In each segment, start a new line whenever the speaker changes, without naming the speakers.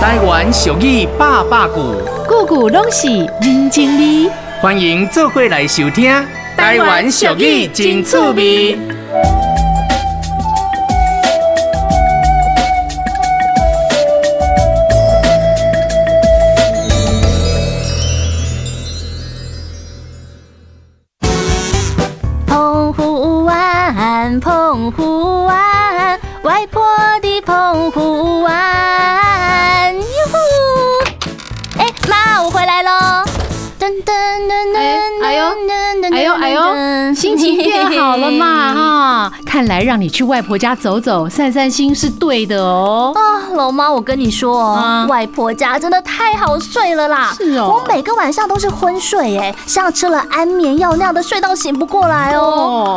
台湾俗语百百句，
句句拢是人情味。
欢迎做伙来收听。
台湾俗语真趣味。
澎湖湾，澎湖湾，外婆的澎湖湾。哟呼！哎，妈，我回来喽！噔噔噔噔，
哎哎呦
噔噔
哎呦哎呦，心情变好了嘛？
噔
哈！看来让你去外婆家走走、散散心是对的哦。
啊，老妈，我跟你说
啊
哦，外婆家真的太好睡了啦！
是哦
我每个晚上都是昏睡，哎，像吃了安眠药那样的睡到醒不过来哦。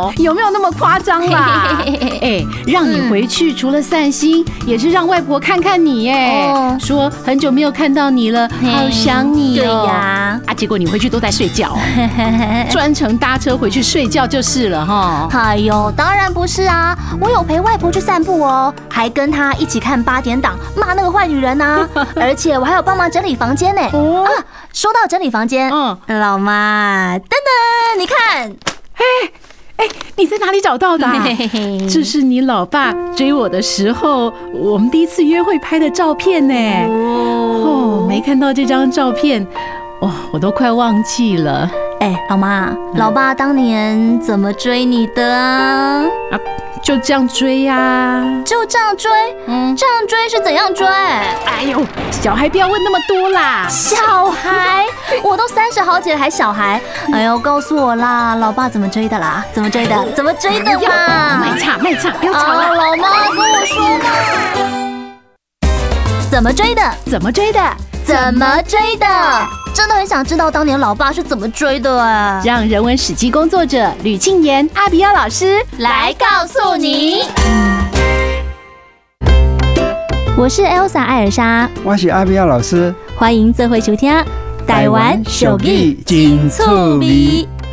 哦，有没有那么夸张啦？哎，让你回去除了散心，也是让外婆看看你耶
哦。
说很久没有看到你了，
嘿
好想你
对
哦。
呀，
啊，结果你回去都在睡觉哦， 专程搭车回去睡觉就是了哈。
哎呦，当然不是啊！我有陪外婆去散步哦，还跟她一起看八点档，骂那个坏女 人呐、而且我还有帮忙整理房间呢。
哦
啊，说到整理房间，
嗯
老妈，噔噔，你看，
哎，你在哪里找到的啊、 这是你老爸追我的时候，我们第一次约会拍的照片呢。哦，没看到这张照片，哇、我都快忘记了。
哎、老妈，
嗯
老爸当年怎么追你的啊？
就这样追啊呀、
就这样追，
嗯，
这样追是怎样追？
哎呦，小孩不要问那么多啦。
小孩，我都三十好几了还小孩，哎呦，告诉我啦，老爸怎么追的啦？怎么追的？怎么追的嘛？
卖惨卖惨，不要吵
啊，
了。
老妈跟我说嘛，怎么追的？
怎么追的？
怎么追的？真的很想知道当年老爸是怎么追的哎、
让人文史记工作者吕庆妍、阿比亚老师
来告诉你。我是 Elsa 艾尔莎，
我是阿比亚老师，
欢迎做回收听《台湾手艺
真
趣味》。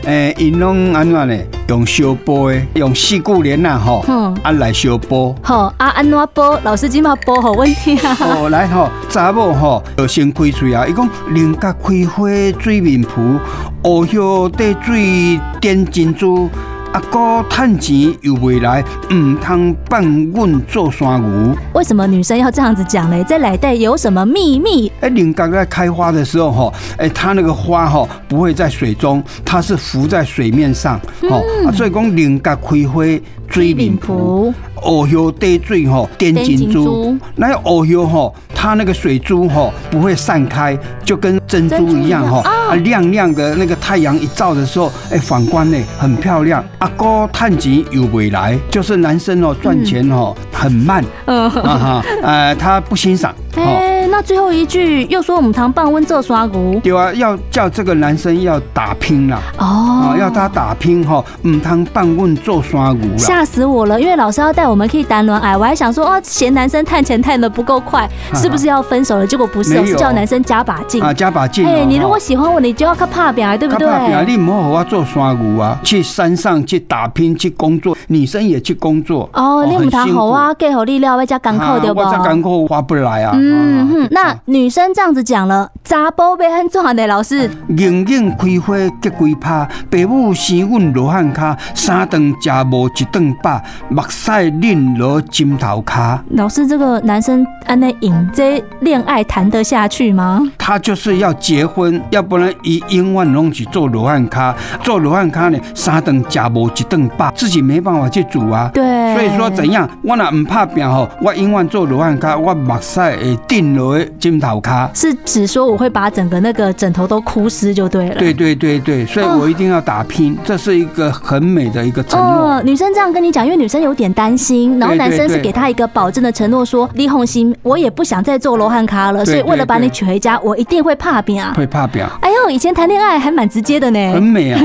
诶，因拢安怎呢？用小波的，用四股连呐吼
嗯，。
啊来小波
好啊，安怎播？老师今嘛播好问题啊。
哦，来吼，查某吼，就先开嘴啊！伊讲人甲开花水面浮，乌叶滴水点珍珠，阿哥趁钱又未来，毋通放阮做山牛。
为什么女生要这样子讲呢？在奶袋有什么秘密？
哎，菱角在开花的时候哈，哎，它那个花哈不会在水中，它是浮在水面上，哦、啊所以讲菱角开花追面浮，乌叶滴水哈点
点
珍
珍
珠
珠，
那乌叶哈它那个水珠哈不会散开，就跟珍珠一样哈，啊亮亮的那个太阳一照的时候，哎反光呢很漂亮。阿哥探钱又未来，就是男生哦赚钱哦很慢， 啊哈，呃他不欣赏。哦
嗯哎、那最后一句又说我们堂棒温这刷骨
对啊，要叫这个男生要打拼啦，啊、
哦，
要他打拼哈、唔通放阮做山牛啦。
吓死我了！因为老师要带我们可以单轮矮，我还想说哦，嫌男生探钱探的不够快，是不是要分手了？结果不是哦，
没有
是叫男生加把劲。
啊，加把劲、哦！
哎，你如果
哈
喜欢我，你就要靠怕表，对不对
较？打拼啊，你唔好给我做山牛啊，去山上去打拼去工作，女生也去工作。
哦，你
很
母堂
辛苦
好啊，给好力量，外加港口对不
啊？我？这港口划不来啊。
嗯
啊
哼，那女生这样子讲了，查甫被很重要的老师，
硬硬开花结几拍，爸母生阮罗汉骹，三顿食无一顿饱，目屎淋落枕头骹。
老师这个男生安内引这恋爱谈得下去吗？
他就是要结婚，要不然伊永远拢去做罗汉卡，做罗汉卡呢，三顿食无一顿饱，自己没办法去煮啊。
对，
所以说怎样，我若唔拍拼吼，我永远做罗汉卡，我目屎会滴落枕头卡。
是指说我会把整个那个枕头都哭湿就对了。
对对对对，所以我一定要打拼，这是一个很美的一个承诺。
哦，女生这样跟你讲，因为女生有点担心，然后
对对
男生是
对
给她一个保证的承诺，说李红心，我也不想再做罗汉卡了，所以
对对
为了把你
对
娶回家，我一定会怕病啊。
会拍拼，
哎呦，以前谈恋爱还蛮直接的
很
呢，
美啊！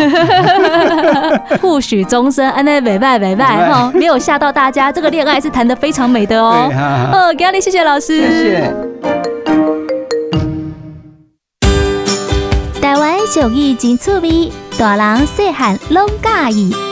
互许终身，安那美拜美
美
拜
拜
哈，没有吓到大家，这个恋爱是谈得非常美的哦
对。哈哈，
哦，给阿丽，谢谢老师，
谢谢。
台湾俗语真趣味，大人细汉拢喜意。